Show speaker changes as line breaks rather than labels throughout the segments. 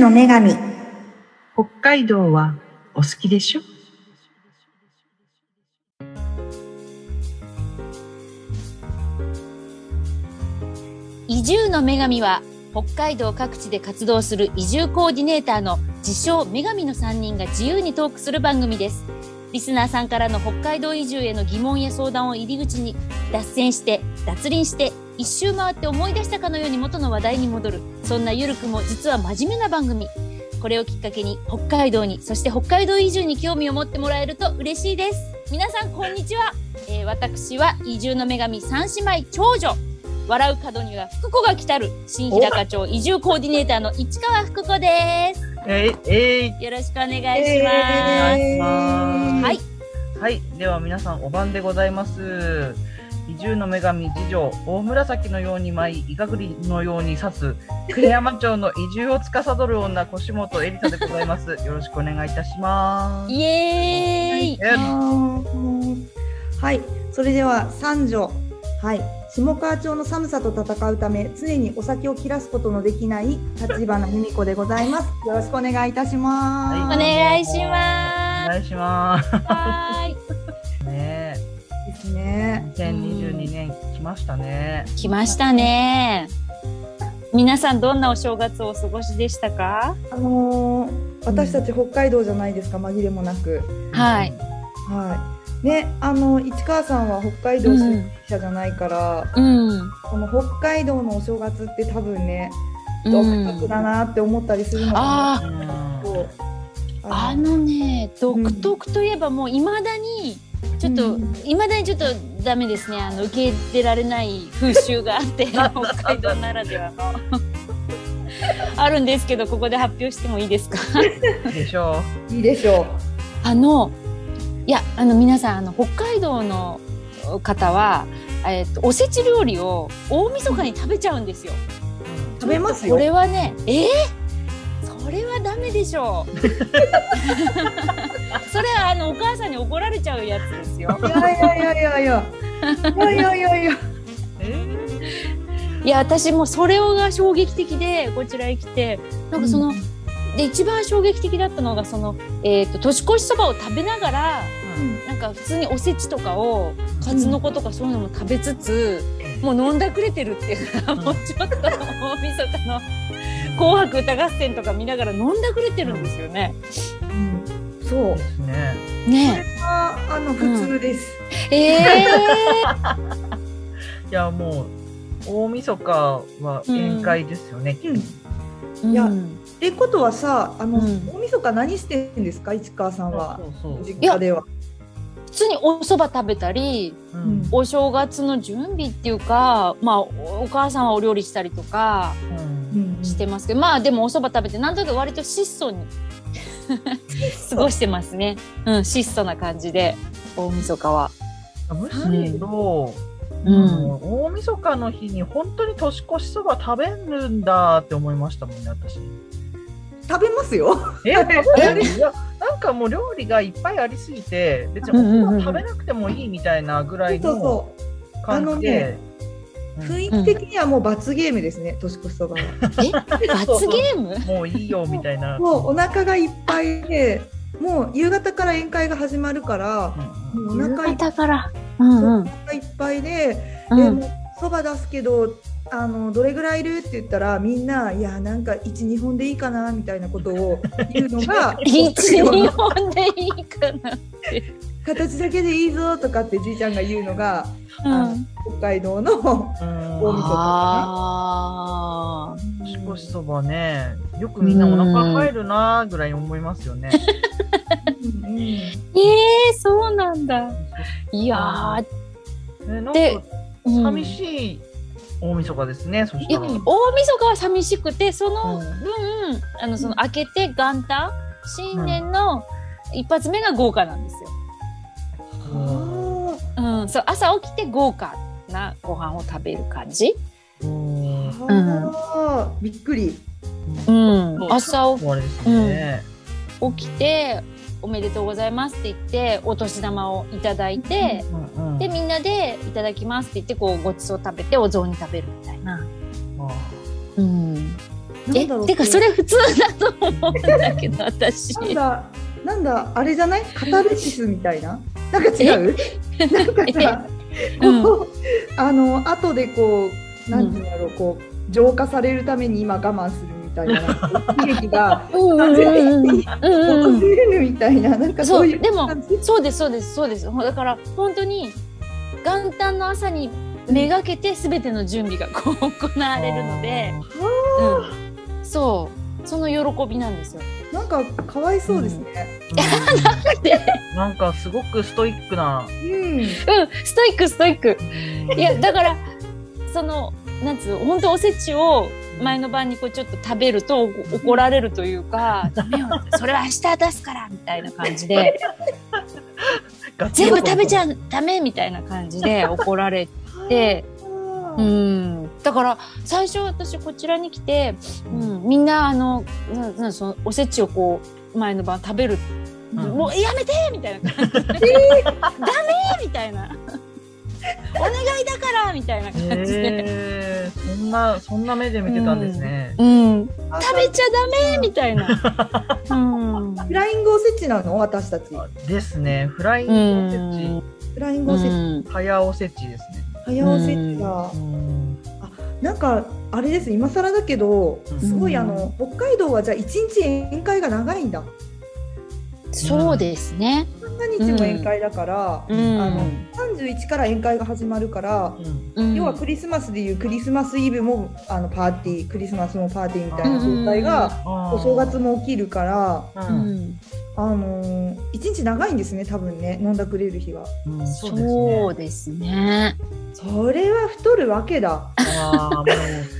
の女神
北海道はお好きでしょ
移住の女神は北海道各地で活動する移住コーディネーターの自称女神の3人が自由にトークする番組ですリスナーさんからの北海道移住への疑問や相談を入り口に脱線して脱輪して一周回って思い出したかのように元の話題に戻るそんなゆるくも実は真面目な番組これをきっかけに北海道にそして北海道移住に興味を持ってもらえると嬉しいです皆さんこんにちは、えー私は移住の女神三姉妹長女笑う門には福子が来たる新日高町移住コーディネーターの市川福子です
えい、えい、
よろしくお願いし
お
ます、
願
はい
します。はい、では皆さんお晩でございます。移住の女神次女、大紫のように舞い、イカグリのように刺す、久礼山町の移住を司る女、腰本エリサでございます。よろしくお願いいたします。
イエー
え
イ
い
はいそれでは三女はい下川町の寒さと戦うため常にお酒を切らすことのできない立花由美子でございますよろしくお願いいたし
お
ます、
は
願いし
お
ま
願いします。
すはーい
ね
ですね
え、2022年来ましたね。
来ましたね皆さんどんなお正月をお過ごしでしたか
あのー私たち北海道じゃないですか紛れもなく
はい。
はいねあの市川さんは北海道出身者じゃないから、
うん
この北海道のお正月って多分ね
う
独
ん
特だなって思ったりするのかな
あ
こう
ああ
の
のね独特といえばもういまだにちょっと
うん
いま、だにちょっとダメですねあの受け入れられない風習 があって北海道ならではの あるんですけどここで発表してもいいですか
うんでしょ
いいでしょ
あのいやあの皆さんあの北海道の方は、えっとおせち料理を大晦日に食べちゃうんですよ。
う。
う食べます
こ
よ
れはね、えー、それはダメでしょ う。それはあのお母さんに怒られちゃうやつですよ。
いやいやいやいやいやいやいやいやいや
えー
いや私もそれが衝撃的でこちらへ来てなんかその、
うん
で一番衝撃的だったのがその、えー、と年越しそばを食べながらなんか普通におせちとかを数の子とかそういうのも食べつつ、もう飲んだくれてるって いうか、
うん
もうちょっと大晦日の「紅白歌合戦」とか見ながら飲んだくれてるんですよね。
うんそう
で。すね。
ね
ああの普通です。
ええ
いやもう大晦日は宴会ですよね。
うん
き
っ
っと
ー、
いや
うん
てことはさあの、
うん
大晦日何してんですか市川さんは
そうそう
実家では。
普通にお蕎麦食べたり
う
うん
ん
お正月の準備っていうか、まあ、おお母さんはお料理したりとか
うん
うん
してますけど、まあでもお蕎麦食べてなんとなく割と質素 に過ごしてますね、うん、質素な感じで大晦日は。
むしろ、あ
うん、
の大晦日の日に本当に年越しそば食べるんだって思いましたもんね 私。
食べますよ。
え食べるいやなんかもう料理がいっぱいありすぎて別におそば食べなくてもいいみたいなぐら
そう
いの
そう
感じで。
そう。
うん
雰囲気的にはもう罰ゲームですね、年越しそばは。
罰ゲーム
もういいよみたいな。
もうお腹がいっぱいで、もう夕方から宴会が始まるから、
うん
もうお腹いっ
夕方から。うんうん
ぱいいっぱいで、
う
で
ん
もうそば出すけどあのどれぐらいいるって言ったらみんないやなんか12本でいいかなみたいなことを言うの が
一日本でいいかな。
形だけでいいぞとかってじいちゃんが言うのが、あの北海道の
うん
大晦日かな
ああ。
年越しそばね、よくみんなお腹入るなぐらい思いますよ ね。
うんうん
ええそうなんだ。いやー、
ねなん
で
か
うん
寂しい大晦日ですね、そし
いや
たら。
大晦日は寂しくてその
うん
分、あのその明けて元旦新年の一発目が豪華なんですよ。
は
うん、そう朝起きて豪華なご飯を食べる感じ。
うん
あはあびっくり
うん
そう
朝
もうあれですね。
起きておめでとうございますって言ってお年玉をいただいて。
うんうん
でみんなで「いただきます」って言ってこうごちそう食べてお雑煮食べるみたいな、
まあ
うん、
な
え
んだろう
てかそれ普通だと思うんだけど私
なんだなんだあれじゃないカタルシスみたいななんか違うなんかさこ
うん
う、 あの後でこうなんていうんだろう、こう浄化されるために今我慢するみたいななんか悲劇が
うんうんうんうん う
訪
ん
れるみたいな、なんかそういう
そうでも
感じ
そうですそうですそうですほだから本当に元旦の朝にめがけて全ての準備がこう行われるので、うん、そうその喜びなんですよ。
なんかかわいそうですね。
なんかすごくストイックな。
うん、
うんストイックストイックいやだからそのなんつうの本当おせちを前の晩にこうちょっと食べるとお怒られるというか「ダメよそれは明日出すから」みたいな感じで。
ガチ
全
の
部食べちゃダメみたいな感じで怒られて、う
うん
ん、だから最初私こちらに来て、うん、みんなあのななそのおせちをこう前の晩食べる、
うん
もうやめてみたいな感じで ダメみたいな お願いだからみたいな感じで、
へーそんなそんな目で見てたんですね。
うん、
あ
食べちゃダメみたいな、うん、
フライングおせちなの私たち。フ
ですね。フライン
う
グおせ
ん
ち、
ライング
う
おせち、
ん
早おせちですね。
早おせちが、
うん
なんかあれです今更だけど
うん
すごいあの、北海道はじゃあ一日宴会が長いんだ
そうですね、
何日も宴会だから、
うん
あの31から宴会が始まるから、
うん
うん、
要はクリスマスでいうクリスマスイブもあのパーティークリスマスもパーティーみたいな状態が、
あー
お正月も起きるから、
う
うんん
あのー一日長いんですね多分ね飲んだくれる日は
うんそうです
そ
ね
う。ですね。
それは太るわけだ
あーもう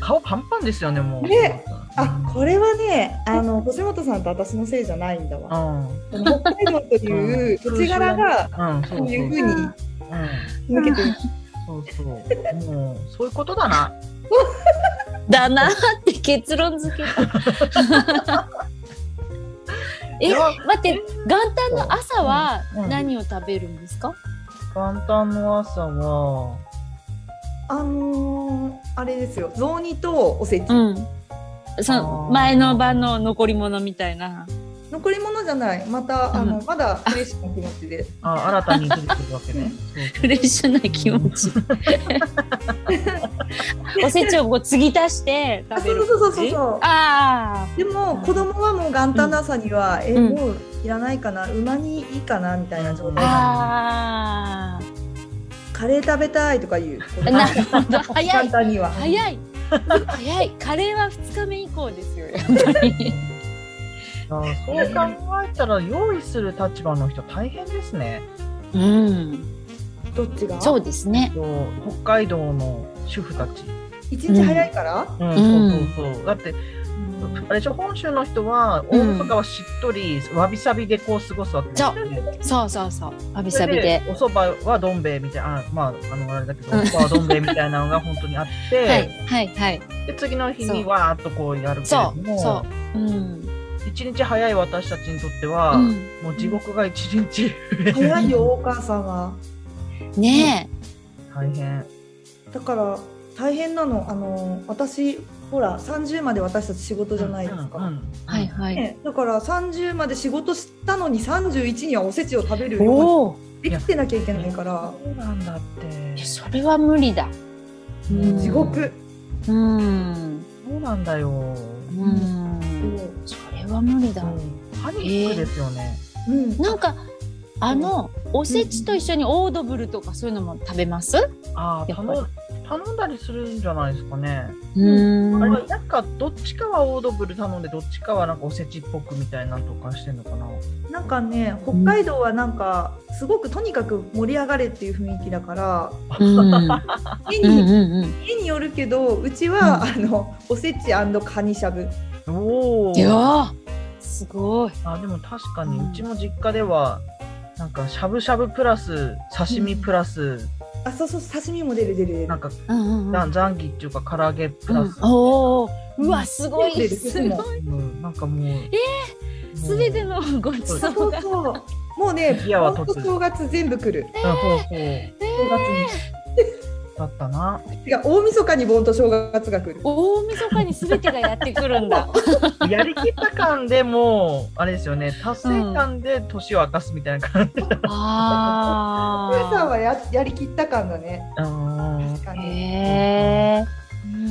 顔パンパンですよねもう。
ねあこれはねあの星本さんと私のせいじゃないんだわ
う
そ
ん。
の北海道という土地柄が
うん、そ
こ
うそうう。
いう
う
ふうに抜けてる
ん、そうそう。もう、そういうことだな。
だなって結論付けた。え、
いや
待って、元旦の朝は
うん
何を食べるんですか？
元旦の朝は、
あのーあれですよ雑煮とおせち、
うん。その
あー
前の晩の残り物みたいな。
残り物じゃないまたあの、まだフレッシュな気持ちで
あ、新たに出てくるわ けね。
フレッシュな気持 ち。おせちをこう継ぎ足して
あ
食
そ
べ
う
る
そうそう
感
そう
じ。
そう
ああ。
でも子供はもう元旦の朝には、え
うん
もういらないかな馬にいいかなみたいな状態、
うん
あ
カレー食べたいとか言う
あ。なるほ ど。早
簡
い。
単には
早 い。早い。カレーは二日目以降ですよ。やっぱり。
そうそうそう考えたら、用意する立場の人大変ですね。
うん。
どっちが
そうですね。
そう北海道の主婦たち。
一日早いから、
うん、そうそうそう。だって、あれでしょ、本州の人は、大晦日はしっとり、わびさびでこう過ごすわけですよね
そうそうそう。わび
そ
さ
れ
びで。
お蕎麦はどん兵衛みたいなあまああのあれだけどお蕎麦はどん兵衛みたいなのが本当にあって、
はいはいはい。
で次の日にわーっとこうやるけれ
そ
ど
うそ
も
う。うん。
一日早い私たちにとっては、
うん
もう地獄が一日
早いよお母さんは
ね
大変
だから大変なのあの私ほら30まで私たち仕事じゃないですか、
うんうん
え。はいはい。
ね、だから30まで仕事したのに31にはおせちを食べるよ
おお。
うにできてなきゃいけないから
そうなんだって
いやそれは無理だ。うん
地獄、
うん。
そうなんだよ、
うん。それは無理だ。
パニックですよね、
うん、
なんか。あのおせちと一緒にオードブルとかそういうのも食べます？
ああ
やっぱり
頼頼んだりするんじゃないですかね、
うん
あれなんかどっちかはオードブル頼んでどっちかはなんかおせちっぽくみたいなとかしてんのかな
なんかね北海道はなんかすごくとにかく盛り上がれっていう雰囲気だから
うん
家
うん
に
うん
家によるけどうちは、あのおせちカニしゃぶ
お
う
お
ん。いやーすごい。
あでも確かにうちの実家ではなんかしゃぶしゃぶプラス刺身プラス、
あそうそう刺身も出る出る出る
なんか
うんうんうん
ザザンギっていうか唐揚げプラス、
おお。うわすごい。すごい。
うんなんかもうええ
すべてのごち
あ
そ
そうう
が。
そうもうね
いやわ
ほんと
突然
正月全部来る
そうそう
正月に
だったな。
てか大晦日に盆と正月が来る。
大晦日に全てがやってくるんだ。
やりきった感でもう、あれですよね、達成感で年を明かすみたいな感じ。
お母さん
あ
はややりきった感だね。確か
あ。
に。
へえ。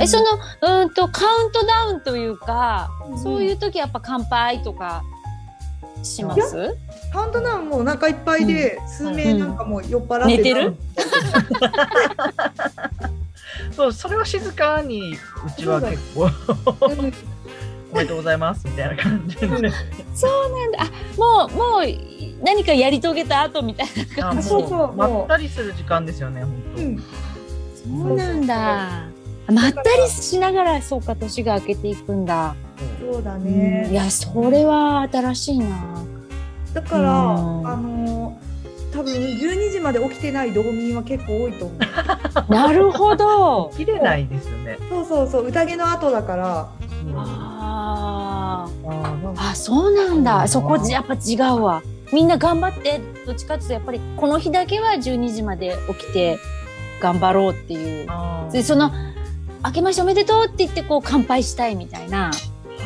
え、その、うんと、カウントダウンというか、
うん
そういう時やっぱ乾杯とかします
カウントダウンもうお腹いっぱいで、数名なんかもう酔っ払って、
寝てる
そう、それは静かに、うちは結
う
構、
ん
おめでとうございますみたいな感じで。
そうなんだ。あ、もう、もう、何かやり遂げた後みたいな
あも
感
う
じ。
そうそう
まったりする時間ですよね、本当。
うん
そうなんだ。まったりしながら、そうか、年が明けていくんだ。
そうだ
うんい
ね。
や、それは新しいな。
だから、
うん
あのー多分12時まで起きてない道民は結構多いと思う。
なるほど。
切れないですよね。
そうそうそう、宴の後だから。
うんあ
あ
ーなん
ー
か
あ、そうなん
う
だ。
ん
そこじゃやっぱ違うわ。みんな頑張って、どっちかっていうと、やっぱりこの日だけは12時まで起きて頑張ろうっていう。
あー
で、その、明けましておめでとうって言って、こう乾杯したいみたいな、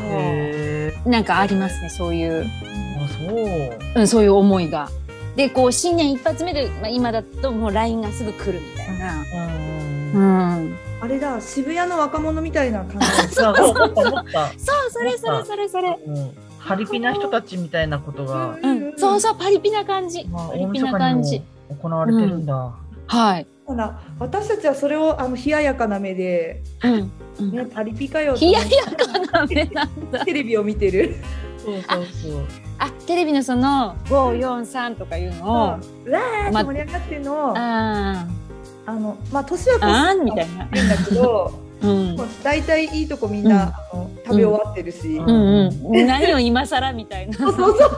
へー
なんかありますね、そういう。
あ、そう。
うん、そういう思いが。で、こう、新年一発目で、まあ、今だともう LINE がすぐ来るみたいな。
うん。
うん。
あれだ、渋谷の若者みたいな感じ。
そう、思った、思った。
そう、それそれそれそれ。
うん張りピな人たちみたいなことが、
うん、そうそう、パリピな感じ。
まあ、
パ
大
リピ
晦日
な感
に
じ。
も行われてるんだ。
はい。
ほら私たちはそれをあの冷ややかな目で、
うん。
ね、パリピかよと
冷
思っ
や
て
やかな目なんだ。
テレビを見てる。
そうそうそう。
あ、テレビのその、5、4、3とかいう
うん、
のを、
わ
あ
ーって
ま
盛り上がってるのを、あ
あ
のまあ年は
ー、あー
越
みた
して
いな。
いいんだけど、
うん
も。う大体いいとこみんな、あの食べ終わってるし。
う
うんうん。何を今更み たいな。
そうそうそう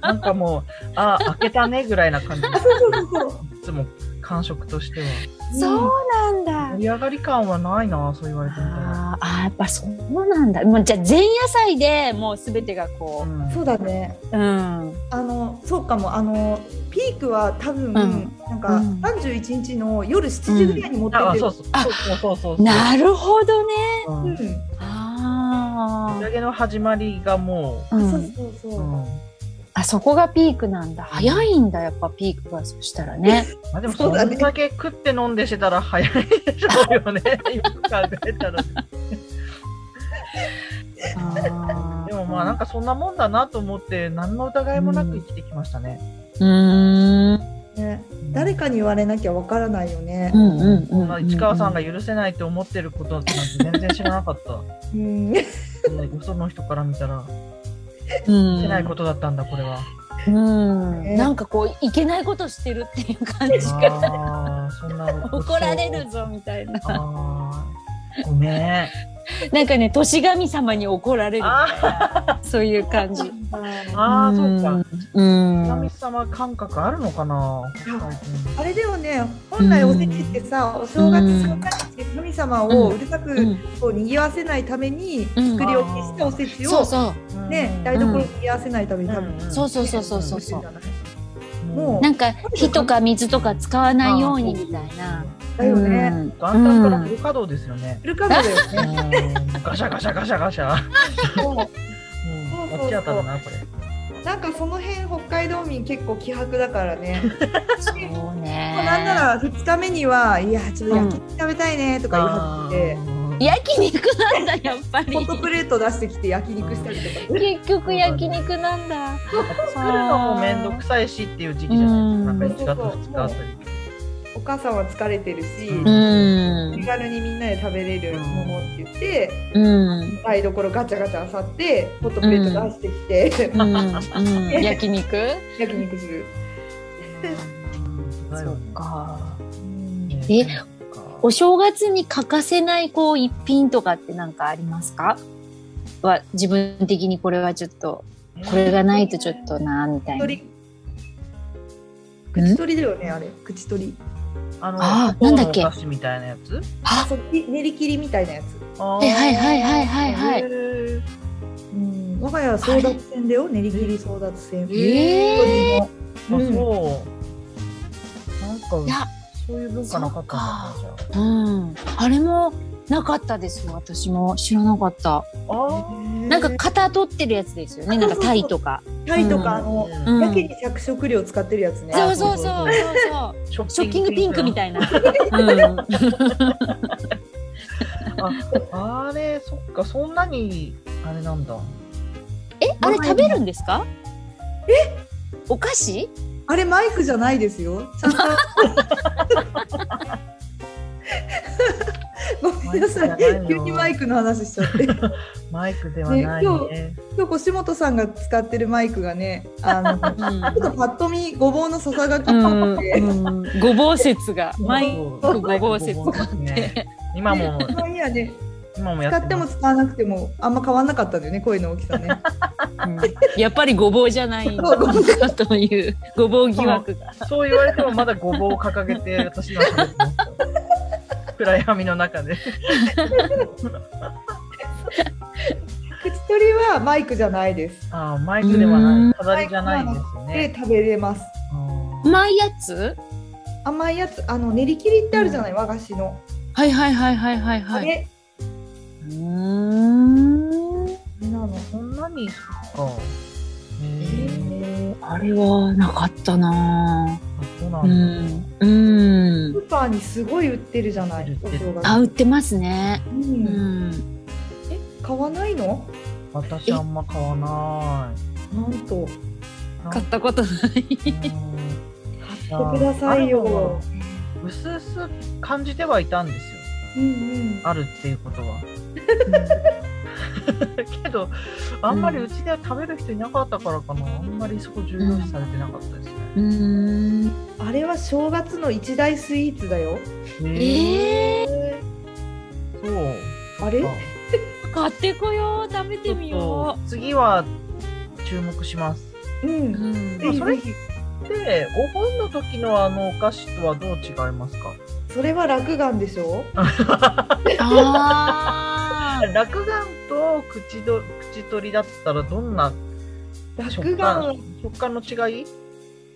なんかもう、あ、開けたねぐらいな感じ。い
そうそうそう。
つも感触としては。
そうなんだ
盛。り上がり感はないな、そう言われてみたら。
あーあー、やっぱそうなんだ。もうじゃあ前夜祭でもう全てがこ
ん
そうだね。
う。うん。
あのそうかもあのピークは多分、
ん
なんか
うん
三十一日の夜七時ぐらいに持ってっ
あ、
てる
そう。そう。そうそうそうそう。
なるほどね。
う。
うん
打
ん
あ
ち上げの始まりがも、
あ、う、
そうんそうそうう。
うん。
あそこがピークなんだ。早いんだ、やっぱピークがそしたらね。
まあでも
そ
そう
だね
れだけ食って飲んでしてたら早いでしょ うよね。今考えたら。
あー
でもまあなんかそんなもんだなと思って何の疑いもなく生きてきましたね。
うーん。
ね、誰かに言われなきゃわからないよね
う。んうんうん
ま
う
あ
ん。
市川さんが許せないと思ってることなんて全然知らなかった。
うん、
ねよその人から見たら
うん
許せないことだったんだこれは。
うん。なんかこう、いけないことしてるっていう感じが。
ああそんな
怒られるぞみたいな。
あーご めん。
なんかね、年神様に怒られるみたいな。そういう感じ。
ああそうか。
うん。
神様感覚あるのかな。
あれでもね、本来おせちってさ、お正月三が日って神様をうるさ
う
く
ん
こう賑わせないために
うん
作り置きしたおせち
そう
を
そう。
ね、台所に賑わせないために多分
そうそうそうそうそうそう。
もう
なんか火とか水とか使わないようにみたいな。
だよ
う
ね。
ん。
元旦からフル稼働ですよね。
フルカバーだよね。
ガシャガシャガシャガシャ。
も
うん
そうそうそう
こっち当たるなこれ。
うなんかその辺北海道民結構気迫だからね。
そうね。
なんなら二日目には、いや、ちょっと焼き肉食べたいねとか言い始めて。
焼肉なんだやっぱり
ホ。ットプレート出してきて焼き肉したりとか。
結局焼肉なんだ。
作るのも面倒くさいしっていう時期じゃないですか。なんか1月2日あたり。
お母さんは疲れてるし。
う
うん
手。軽にみんなで食べれるものって言って
うん。
台所ガチャガチャ漁ってホットプレート出してきて、
うん、うん、 焼肉
焼肉する
だよね
か
ね
えお正月に欠かせないこう一品とかって何かありますかは自分的にこれはちょっとこれがないとちょっとなみたいな
鳥口取りだよねあれ口取り
あの
あー
な
なんん
だ
だ
っ
っ
け
け
お菓子みたいなやつ。
あそうり練り切りみたいなやつ
は
はいはいはいはいはいはい
い。
うん我が家は争奪戦だよ練り切り争奪戦
えー
鳥の
あ
うん
そう。なんか
いや
そういう文化なかったんだじゃ
うん。あれもなかったですよ。私も知らなかった。
あ。
なんか型取ってるやつですよね。なんかタイとか。
タイとか、
う
あの、
うん
やけに着色料使ってるやつね。
そうそうそうそうそう。
ショ
ショッキングピンクみ
い
たいな。うん。
な。あれ、そっか、そんなに、あれなんだ。
え、あれ食べるんですか？え？お菓子？
あれマイクじゃないですよ。ちゃんと。ごめんなさ
マイクじゃない
い。
よ
急にマイクの話しちゃって。今
マイクではないね。
日、腰元さんが使ってるマイクがね、あの、ち
うん
ょっとパッと見、ごぼうのささがき。
うん。ごぼう説がマイ
ク
ごぼう説があって
ね。今も、
まあいいやね、
今もや
使
っ
って
てま
も
す。
使わなくても、あんま変わんなかったんだよね、声の大きさね。
うんやっぱりごぼうじゃないん
そうごぼ
だというごぼう疑惑が。
そう言われても、まだごぼうを掲げて、私は喋ってました。暗闇の中で。
口取りはマイクじゃないです。
あーマイクでは
う
なんい。飾りじゃないですよね
で、。食べれます。
うん
甘いやつ？
甘いやつ、あの練り切りってあるじゃない、和菓子の。
はいはいはいはいはい
あ
はい。
れ、
うーん。
あれなの。
そんなに、そっか。へえ。
えーあれはなかった
あ
な
そうな
ぁ。うん
だ。
ん。うん
ス。ーパーにすごい売ってるじゃない。
売ってる
お正月
あ、売ってますね。
う、
うんん。
え、買わないの。
私あんま買わな
なんと。
い。
買ったことない。
うん
買ってくださいよ。
うすうす感じてはいたんですよ。
うん
あるっていうことは。 けど、あんまりうちでは食べる人いなかったからかな。あんまりそこ重要視されてなかったです
うーん。
うん。あれは正月の一大スイーツだよ。
ね。
ええ
そう。
あれ
そっか
ー、買ってこよう。食べてみよ
次は注目します。
う
う。
ん。
ん
ぜひぜひ。
で、お盆の時のあのお菓子とはどう違いますか
それは落眼でしょ
ああ。
落眼と口ど口取りだったらどんな食
落眼は
感食感の違い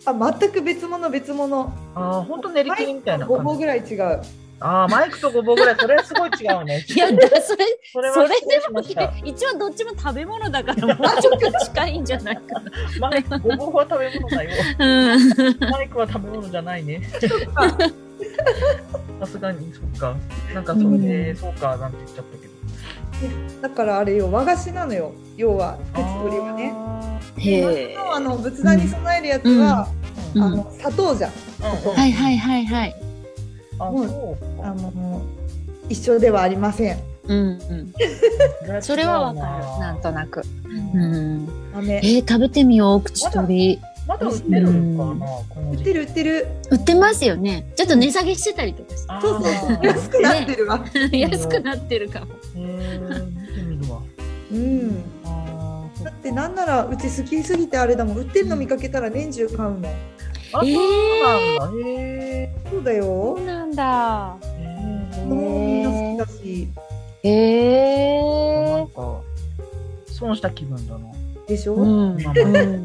あ、全く別物別物。
ああ、ほんと練り切りみたいな
ごぼ
感
う
じ。
ぐらい違う。
ああ、マイクとごぼうぐらい、それはすごい違うね。
いや、だ、それ、
そ
それ
失礼しまし
でも
た、
一応どっちも食べ物だから、もうちょっと近いんじゃないか
マイク、ごぼうは食べ物だよ。
な。うん。
マイクは食べ物じゃないね。さすがに、そっか。なんか、それで、
うん
そうか、なんて言っちゃったけど。
だからあれよ、和菓子なのよ。要は、口取りはね。
あ
へえ。
あの仏壇に備えるやつは、
ー。
うん
あの砂糖じゃん。
うんうん
はいはいはいはい。
あ、そう
あ
か。
の一緒ではありません。
うんうん。それはわかる。なんとなく。う
うん
ん。
ダメ。
えー、食べてみよう。口取り。
まだ売ってるのかな、この
売っ
時
て
期。
る売ってる。
売ってますよね。ちょっと値下げしてたりとかして。
あー
そうそう。安くなってるわ。
安くなってるかも。
へー見てみるわ。
うん。
あーそっ
だ
か
ってなんならうち好きすぎてあれだもん。売ってるの見かけたら年中買うもん。
あ、
えー
そうなんだ。へ
そうだよ
そう。なんだ。
え。へ
子供もみんな好きだし。
へ
え。な
え
ん。か損した気分だな。
でしょ。
う
も
ん。
今まで
う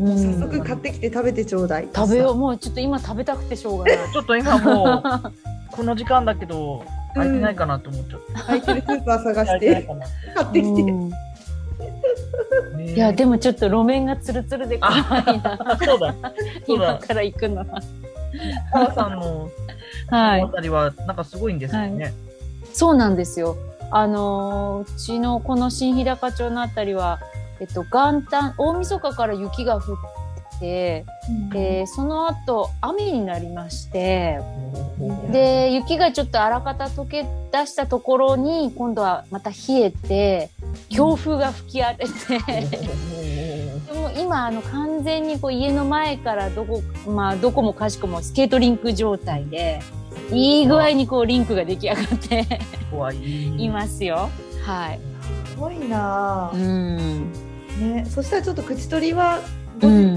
うん 早速買ってきて食べてちょうだい。
食べよう。もうちょっと今食べたくてしょうがない。
ちょっと今もうこの時間だけど空いてないかなと思っちゃって。
空いてるスーパー探
空
し
いてない
て
かな。
買 ってきて。
うん
ね
いやでもちょっと路面がツルツルで可愛いな。
あそうだ。そう
今
だ。
から行くのは。
母さんの
は
あ
い。
たりはなんかすごいんですよね。
そうなんですよ。あのーうちのこの新日高町のあたりは、えっと、元旦、大晦日から雪が降って、えーその後、雨になりまして、で、雪がちょっとあらかた溶け出したところに、今度はまた冷えて、強風が吹き荒れて、でも今、あの、完全にこう家の前からどこ、まあ、どこもかしこもスケートリンク状態で、いい具合にこうリンクが出来上がって、
怖い。
いますよ。はい。
すごいな
う
ぁ。
ん。
ね。そしたらちょっと口取りは
う
後日
ん。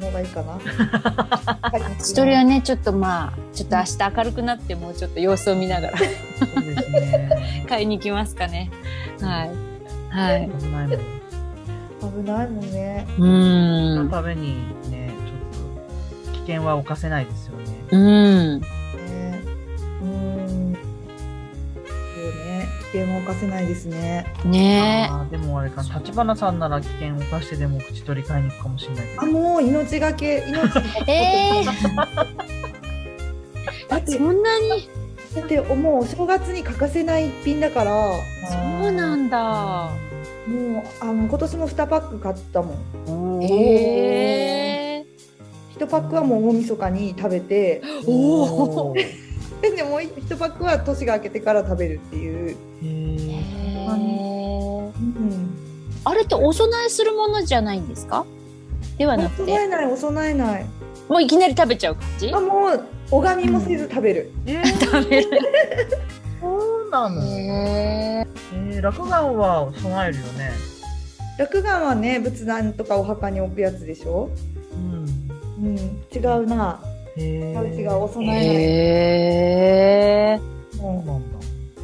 の方がいい かな。
一人はね、ちょっとまあ、ちょっと明日明るくなって、もうちょっと様子を見ながら
そうですね。
買いに行きますかね。はい。はい。
危ないもん。
危ないもんね。
う
そ
ん
の。ためにね、ちょっと危険は冒せないですよね。
うん。
険を犯せないですね。
ね
あーでもあれか立花さんなら危険を犯してでも口取り買いに行くかもしれないけど
あ、もう命がけ、 命が
え。え
だっ
ー、
て
そんなに。
だってもうお正月に欠かせない一品だから、も
そうなんだ。
うあの今年も2パック買ったもん。
おー
ええ
1パックはもう大晦日に食べて、
おー
でもう1パックは年が明けてから食べるっていう。
ー。
へ
へー
うん。
あれってお供えするものじゃないんですか。ではな
お
く
供
て、
えない、お供えない。
もういきなり食べちゃう感じ
あ。もう拝みもせず食べる。
えー
食べる。
そうなの、え
へ
ー、落眼は備えるよね
落眼はね、仏壇とかお墓に置くやつでしょ。
うん
うん、違うな。
へえ
違う、お供
え。
え
へえ。
ない。
そう
も
なんだ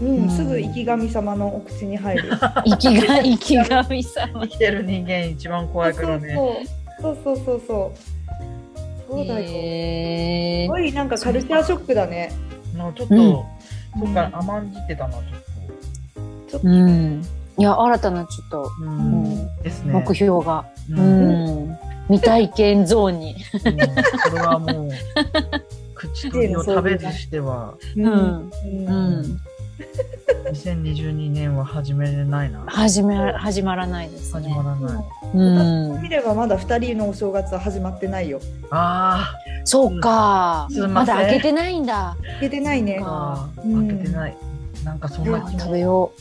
う、う
うん
ん、すぐ生き神様のお口に入る。
生きが、生き神様
生。きてる人間一番怖いからね
そうそうそうそうそう。そうだよ。
へ
す
ー
ごいなんかカルチャーショックだね。
なんかちょっと、
うん
そっか甘んじてたなちょっ
ちょっと、
うん。いや、新たなちょっと
と、う
うん
んですね
目標が。
う、
うん
うん
ん。未体験ゾーンに。
これはもう口取りを食べずしては
う
うんん。
うん
うん。
2022年は始めれないな
始め、始まらないです
始
ね
ま。らない、
うん
見。ればまだ二人のお正月は始まってないよ。
あ
そうか
すい。ま
ま
せん
だ開けてないんだ。
いけてないね。
そ
ああ
うん
ー開けてない、なんかそんな
あ
気
食
も
べよ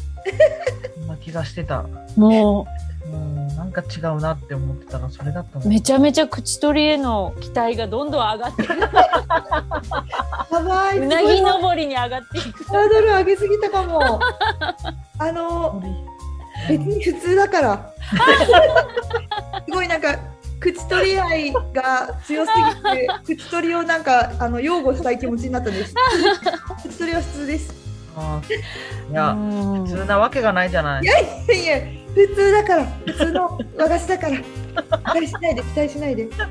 そんな気がしてた
う。も
もうなんか違うなって思ってたらそれだったの
う、めちゃめちゃ口取りへの期待がどんどん上がって、
やばい。
うなぎ登りに上がっていく。
ハードル上げすぎたかも。あの別
うん
に普通だから。すごいなんか口取り合いが強すぎて口取りをなんかあの擁護したい気持ちになったんです。口取りは普通です。
あーいうや、
ん
普通なわけがないじゃない
いやいや普通だから普通の和菓子だから。期待しないで期待しないで。
いや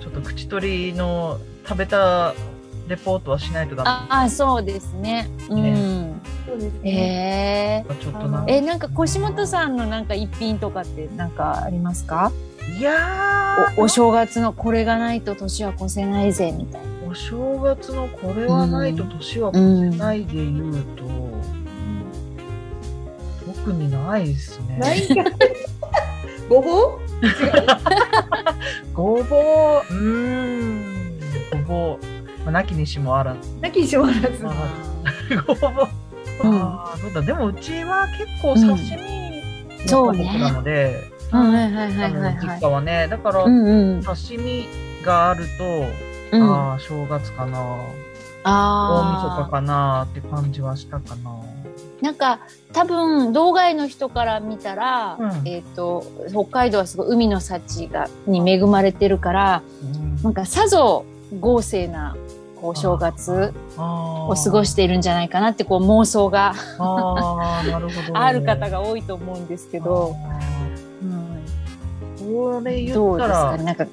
ちょっと口取りの食べたレポートはしないとダメ
ああ、そうですね。うん。
そうですね。
ええ。
ちょっとな
え、なんか、腰本さんのなんか一品とかってなんかありますか
いや
おお正月のこれがないと年は越せないぜ、みたいな。
ーお正月のこれはないと年は越せないで言うと、特にないですね
ないんか。ごぼう？
ごぼううーんごぼうまあなきにしもあらず
なきにしもあらず。
あ ごぼう
うん
あーどうだでもうちは結構刺身
そう
の
ね
家族なので、
うんはいはいは
あ
い
の
はいは
実
い
家。はねだから
うんうん。
刺身があると、
うん、あ
ああ正月かな大晦日
あ
かなって感じはしたかな
ー。なんか多分道外の人から見たら、
うん
えっ、と北海道はすごい海の幸がに恵まれてるから、なんかさぞ豪勢なこう正月を
を
過ごしているんじゃないかなってこう妄想が
あーなるほど
ある方が多いと思うんですけど、
あ
うん、
ーこれ言
ど
っ
うで
た
すからねなんか、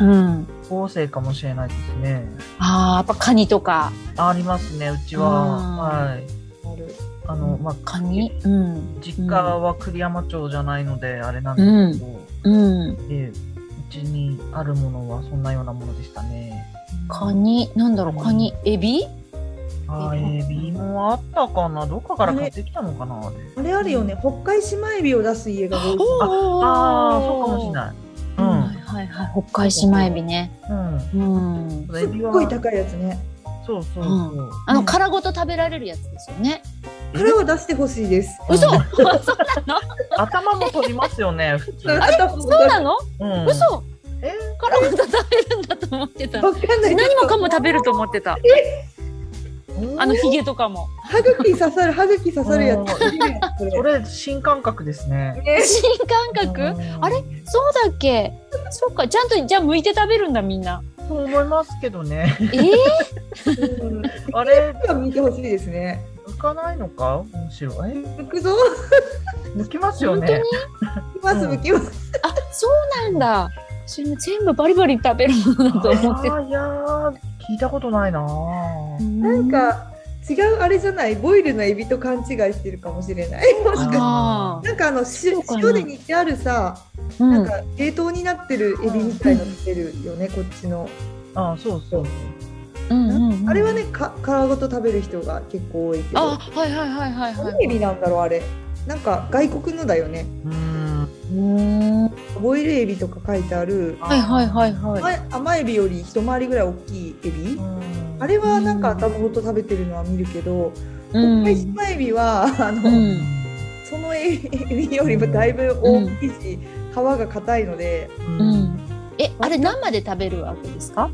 うん、
合成かもしれないですね
ああやっぱカニとか
ありますねうちは
うん
はい
ある
あのまあ
カニ、うん
実家は栗山町じゃないのであれなんですけど、
うん、
でうちにあるものはそんなようなものでしたね
カニなんだろうカニエビ
あー
え
エビもあったかなどっかから買ってきたのかなあれ
あれあるよね。北海シマエビを出す家が多い。
ああそうかもしれ
い。
ない
はいはいはい、北海シマエビね。
うんうん
うん。
すっごい高いやつね。
そうそうそう、
うんあの殻ごと食べられるやつですよね。
これを出してほしいです。
嘘、
うん
そう
頭も飛びますよ ね普通、
あれそう
なの？
うん、
嘘、
え
殻ごと食べるんだと思ってた。
わかんない。
何もかも食べると思ってた。あのヒゲとかも。
歯茎刺さる歯茎刺さるやつ。こ
こ
れ
れ新感覚ですね
新感覚？
うん
あれそうだっけ？そっか、ちゃんとじゃあ剥いて食べるんだみ んな。
と思いますけどね
え
うん
あれ
今見てほしいですね。
浮かないのかむしろえ
抜くぞ。
抜きますよ
本当に
ね？
抜きます抜きます。
あ、そうなんだ。それも全部バリバリ食べるものだと思ってた。
あーいやー聞いたことないなー
なんか違うあれじゃないボイルのエビと勘違いしてるかもしれない
あ
なんかあのし
そうかな
塩で煮てあるさ、
ーう
なん
ん。
か冷凍になってるエビみたいの見てるよね、こっちの、
ああそうそう
うんうんうん
あれはねか皮ごと食べる人が結構多いけど
あ、はいはいはいはいはい。
何エビなんだろうあれなんか外国のだよね
うーん
うーん。は
ボイルエビとか書いてある
いはいはいはい。
甘い甘エビより一回りぐらい大きいエビ
うん
あれはなんか頭ごと食べてるのは見るけど、
うん
北海島エビはあの、
うん。
そのエビエビよりもだいぶ大きいし、皮が硬いので
うん。え、あれ生で食べるわけですか？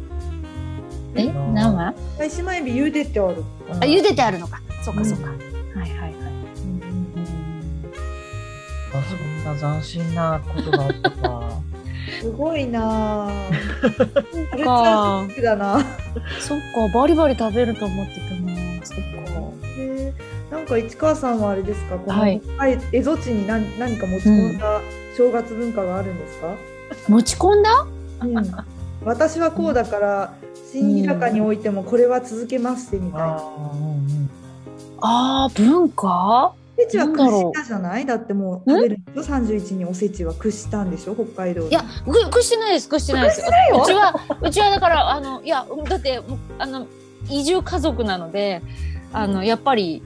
え、
うん
生？
北海島エビ茹でてある、
あ、茹でてあるのか。そうかそうか。
う
はいはいはい。
あそんな斬新なことがあった か
すごいなあカルチャー
か
ショックだな
そっかバリバリ食べると思ってたな。そっか。
へえなんか市川さんはあれですかこの
はい
北海蝦夷地に何何か持ち込んだ正月文化があるんですか、
持ち込んだ？
うん、私はこうだから新日高においてもこれは続けますってみたいな。
あーうん
ああ文化？
おせちは
なん
屈
だろう
したじゃないだってもう食べると31におせちは屈したんでしょ北海道で
いや、ぐくしてないです。くしてないです。
よ、
うちはうちはだからあのいやだってもうあの移住家族なのであのやっぱり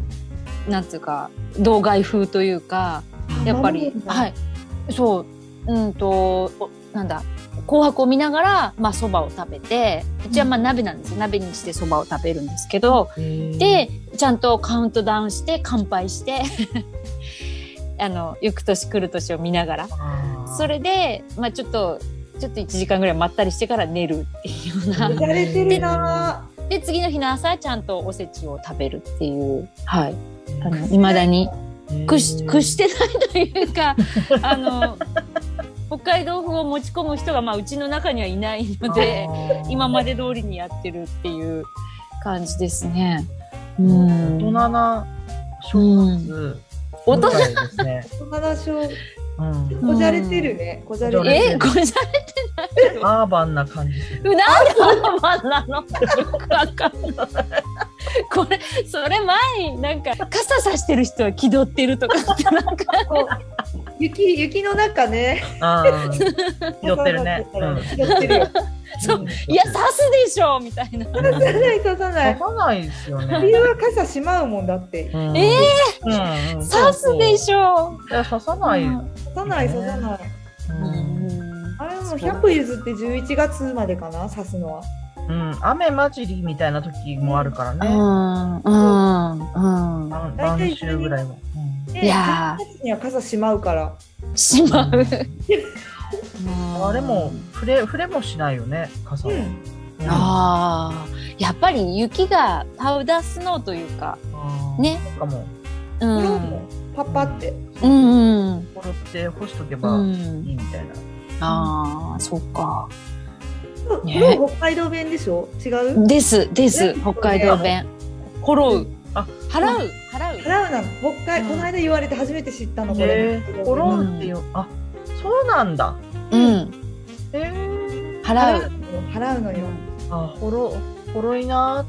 なんつうか道外風というか。やっぱり、はいい、そう、うんと、おなんだ。紅白を見ながら、まあ、そばを食べて、うちはまあ、鍋なんですよ。鍋にしてそばを食べるんですけど、で、ちゃんとカウントダウンして、乾杯して、 あの、行く年来る年を見ながら。そ
れ
れで、まあ、ちょっと、ちょっと1時間ぐらいまったりしてから寝るっていうような。
やれてるな
で、次の日の朝、ちゃんとおせちを食べるっていう、はい。あの、未だに屈し屈してないというか あの北海道風を持ち込む人が、まあ、うちの中にはいないので今まで通りにやってるっていう感じですね。う
大人
ん、
な正月
大人
人ですね、
大人だしょ
うん、
こじゃれてるねこじゃれてる
えこれじゃ
アーバンな感じする
なんで ママなのよくわかんない。これそれ前になんか傘さしてる人は気取ってるとかってなんか
こう雪雪の中ね
あ ー寄ってるね、うん、
寄ってるよ
そういや刺すでしょみたいな。
刺さない刺さない
刺さないですよね
冬は傘しまうもんだって
うん
え
うんうん
刺すでしょ。
いや刺さない、うん
刺さない刺さない
うん
あれもう100歩譲って11月までかな刺すのは
うん、雨混じりみたいな時もあるから
う
ね、
んうんうん。
晩
大体
晩秋ぐらいも、
で
いや
11月には傘しまうから
し
う
ま
ん
う。
あれも触れ触れもしないよね傘
う
は、
ん
うん
ああやっぱり雪がパウダースノーというか
あー
ね
そうかも
う
これを
ん
もうパッパって
うんうん
これって干しとけ
う
ばい
ん
いみたいな、
ああそうかね
これ北海道弁でしょ違う
ですです
ね
北海道弁払う
あ
払う払う
払うなの北海
うん
この間言われて初めて知ったのこれ
えー、コロンっていう、あそうなんだ
うん
えー、
払
払
う
う払うのよ
あほろほろいな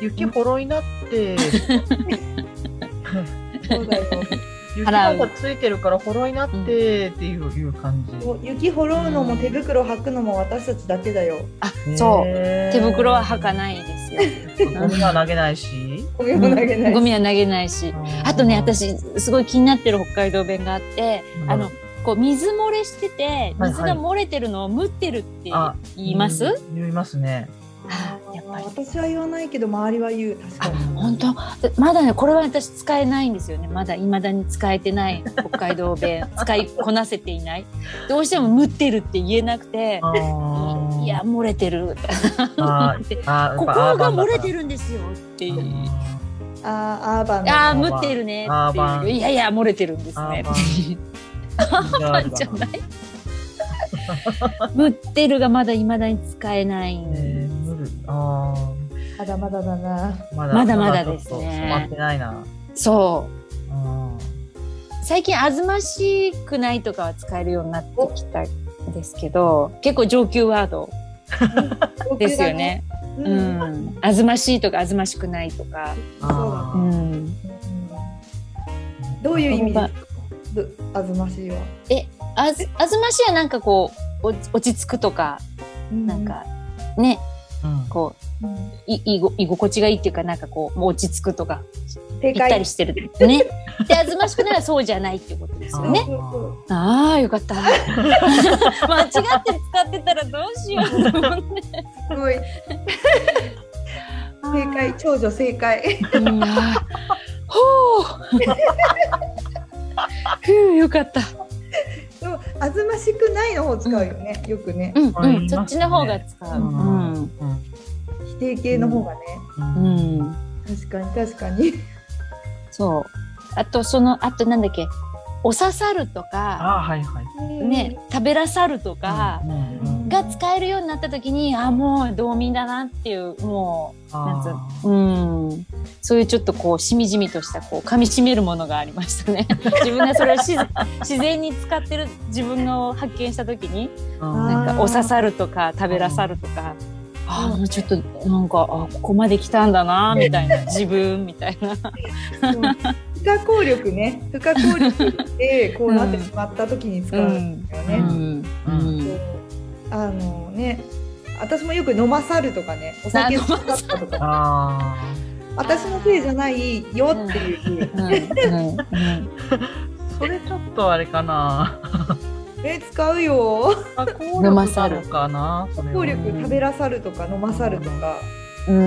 雪ほろいなって
そうだよ
雪なんかついてるからほろいなって
うん
っていういう感じ、
もう雪掘ろうのも手袋履くのも私たちだけだよ
あそ
う
う手袋は履か
い
ないですよ
ゴミは投げないし
ゴミを投げない
ゴミは投げないし あとね私すごい気になってる北海道弁があって
うん
あのこう水漏れしてて
はい
水が漏れてるのをむってるって
あ
言います、
うん言いますね
あーやっぱり
私は言わないけど周りは言う確か
あ
に
本当でまだねこれは私使えないんですよねまだいまだに使えてない北海道弁使いこなせていないどうしても「むってる」って言えなくて
あ
「
ー
いや漏れてる」
あーあー
ここ
やっぱアーバ
が
ンだか
漏
ら
れてるんですよ」っていう
あーアーバンだ
ああ
アーバン
むってるね」
アー
って
バ
い
ン
う「いやいや漏れてるんですね」
アーバン
っていう
あー
じゃない「むってる」がまだいまだに使えない
えー無理あ
まだまだだな
ーま
まだまだです
ち
ね
ょっと染まってないな
そう
うん
最近あずましくないとかは使えるようになってきたんですけど結構上級ワードですよね。
うん
うん、あずましいとかあずましくないとか、
あ
ー
うん、
どういう意味ですかどあずましいは、
あずあずましいはなんかこうお落ち着くとかなんかね
うん
こ
うん
ういいご居心地がいいっていうかなんかこうもう落ち着くとか
正
行った
解
りしてるね。 であずましくならそうじゃないっていうことですよね。
ね
ああよ かった。間違って使ってたらどうしようと思って。
すごい正解長女正 解
うん。あーほう。ふうよかった。
でもあずましくないの方使うよね、よくね
うん
ありま
うん。
すね
そっちの方が使う。
う
うん。
否定形の方がね、
うん
うん。
確かに確かに
そう。あとそのあとなんだっけ。お刺さるとか
あーはいはい。
ね食べらさるとか。
うんうん
が使えるようになった時にあもう道民だなっていうもうなんつう
あー
うん、そういうちょっとこうしみじみとしたこう噛み締めるものがありましたね 自分がそれを 自自然に使ってる自分を発見した時に
うん
なん
あ
か
ー
お刺さるとか食べらさるとかあーもうちょっとなんかあここまで来たんだなみたいな自分みたいな
うん不可抗力ね不可抗力でこうなってしまった時に使うんですよ
う
ね、
んうん
そうあのね私もよく飲まさるとかねお酒を飲まさるとか
あ
私のせいじゃないよっていう、
うんうんうん
ーそれちょっとあれか な。
え使うよ
あ効
飲
力
まさ
な
る
のかな。それは
効力食べらさるとか飲まさるとか、
うんうんう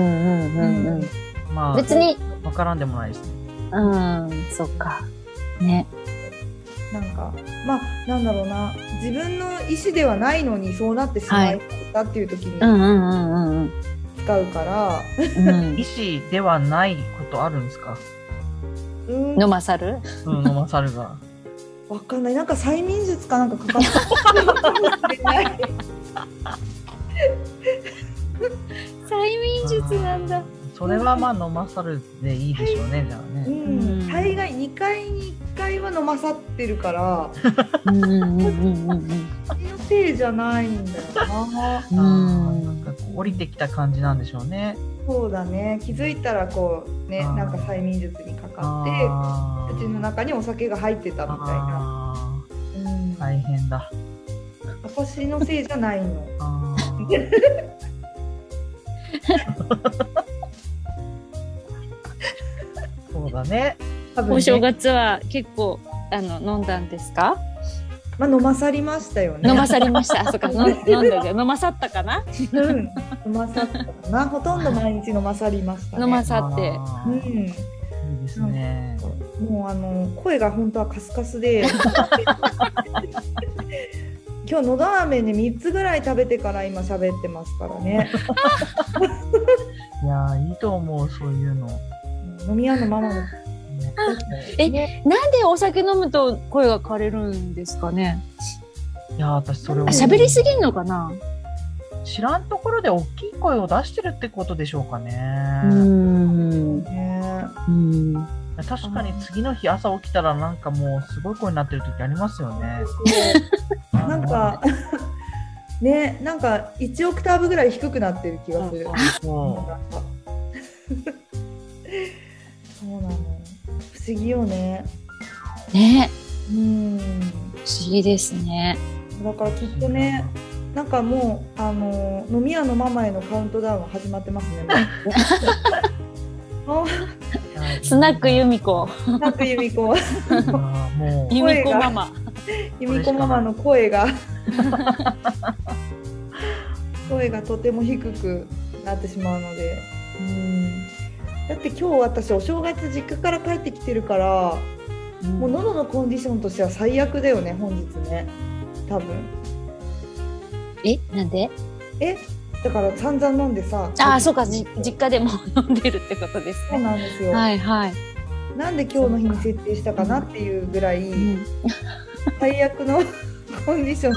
ん
まあ
別に
わからんでもないですね。
うんそっかね
なんかまあなんだろうな自分の意思ではないのにそうなってしまったっていう時
う
に
んうんうんうん
使うから、
うん
意思ではないことあるんですか。
うん
飲まさる
うん飲まさるが。
わかんないなんか催眠術かなんかかかってる
催眠術なんだ。
それはまあ飲まさるでいいでしょうね、じゃあ
う
ね。
ん、大概2回に1回は飲まさってるから
うんうんうんうん
気のせいじゃないんだよな
う
あーなん
ん。
かこう降りてきた感じなんでしょうね。
そうだね気づいたらこうね
あー
なんか催眠術にかか
あ
って
ー
口の中にお酒が入ってたみたいな、
あ
うん
ー大変だ。
私のせいじゃないの
あー そうだね。
多分
お
ね
正月は結構あの飲んだんですか？
まあ飲まさりましたよね
飲まされま した。あ、そっか。飲ん飲んだじゃん飲まさったかな？
うん飲まさったかなほとんど毎日飲まさりましたね
飲まさって。
あ
う
ーい
ん
いですね。
もうあの声が本当はカスカスで 今日のど飴ね3つぐらい食べてから今喋ってますからね
いやーいいと思うそういうの。
飲み屋のママの
え
ね
なんでお酒飲むと声が枯れるんですかね？
いやー私それを
あ喋りすぎんのかな？
知らんところで大きい声を出してるってことでしょうかね。
ん。
ね
うん。
確かに次の日朝起きたらなんかもうすごい声になってる時ありますよね。
なんかねなんか1オクターブぐらい低くなってる気がする
あの。そ
なんかそうなの不思議よね
ね、
うん
不思議ですね。
だからき
う
っとねなんかもう、あのー飲み屋のママへのカウントダウン始まってますね。もう
スナック由美子、
あなんか由美子、
あーもう
由美子ママ。
由美子ママの声が。 声がとても低くなってしまうので。うんだって今日私お正月実家から帰ってきてるから、もう喉のコンディションとしては最悪だよね、本日ね。多分。
え、なんで？
え、だから散々飲んでさ。
あー、そうか。じ実家でも 飲んでるってことです
そう
ね。
なんですよ。
はいはい。
なんで今日の日に設定したかなっていうぐらい。
うん
最悪の コンディション。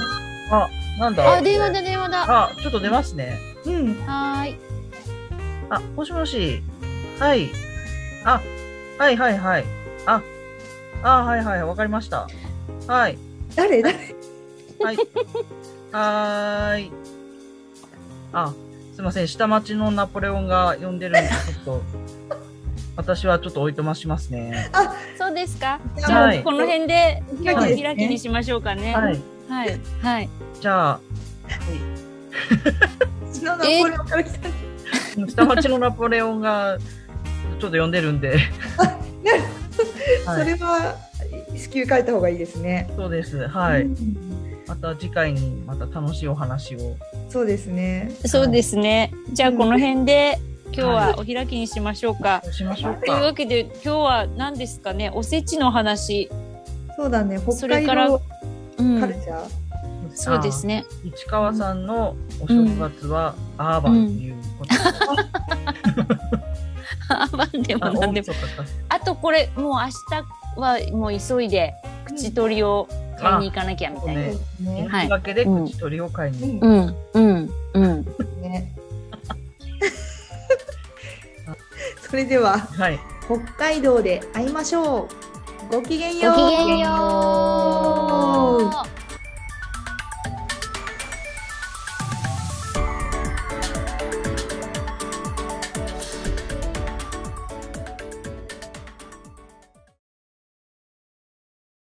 なんだ
あ、電話だ電話だ。
あちょっと出ますね。
うん。
はーい。
あ、もしもし。はい。あ、はいはいはい。あ、あはいはい。わかりました。はい。
誰誰
はい。はーい。あ、すいません、下町のナポレオンが呼んでるんで、ちょっと、私はちょっとおいとましますね。
そうですか。
はい
じゃあ、この辺で、
い
今日は開きにしましょうかね。は。
はいい。
はい。はい。
じゃあ、
ちのナポレオンから来た。
下町のナポレオンが、ちょっと呼んでるんで。は
そ
い、
れは至急書いた方がいいですね。
そうです。は
う
い。
ん
また次回に、また楽しいお話を。
そうですね。
そうですね。じゃあ、この辺で、今日
は
はお開きにしましょうか。
しましょう
という
か。
わけで、今日は何ですかね、おせちの話。
そうだね。
そ
北
れ
海
から
道
う
カル
ん。
チャー。
そうですね。
あー。市川さんのお正月はアーバンっていうこと。
アーバンで も
あ、
何でも。
そうか
あと、これ、もう明日は、もう急いで、口取りを買いに行かなきゃみたいな。
ね
そうです
そう
ね。
か。
は
とい
い
うわけで、口取りを買いに。
うん。うん。うん。
ね。それでは
はい。
北海道で会いましょう。ごきげん
ご
よう。
きげんよう。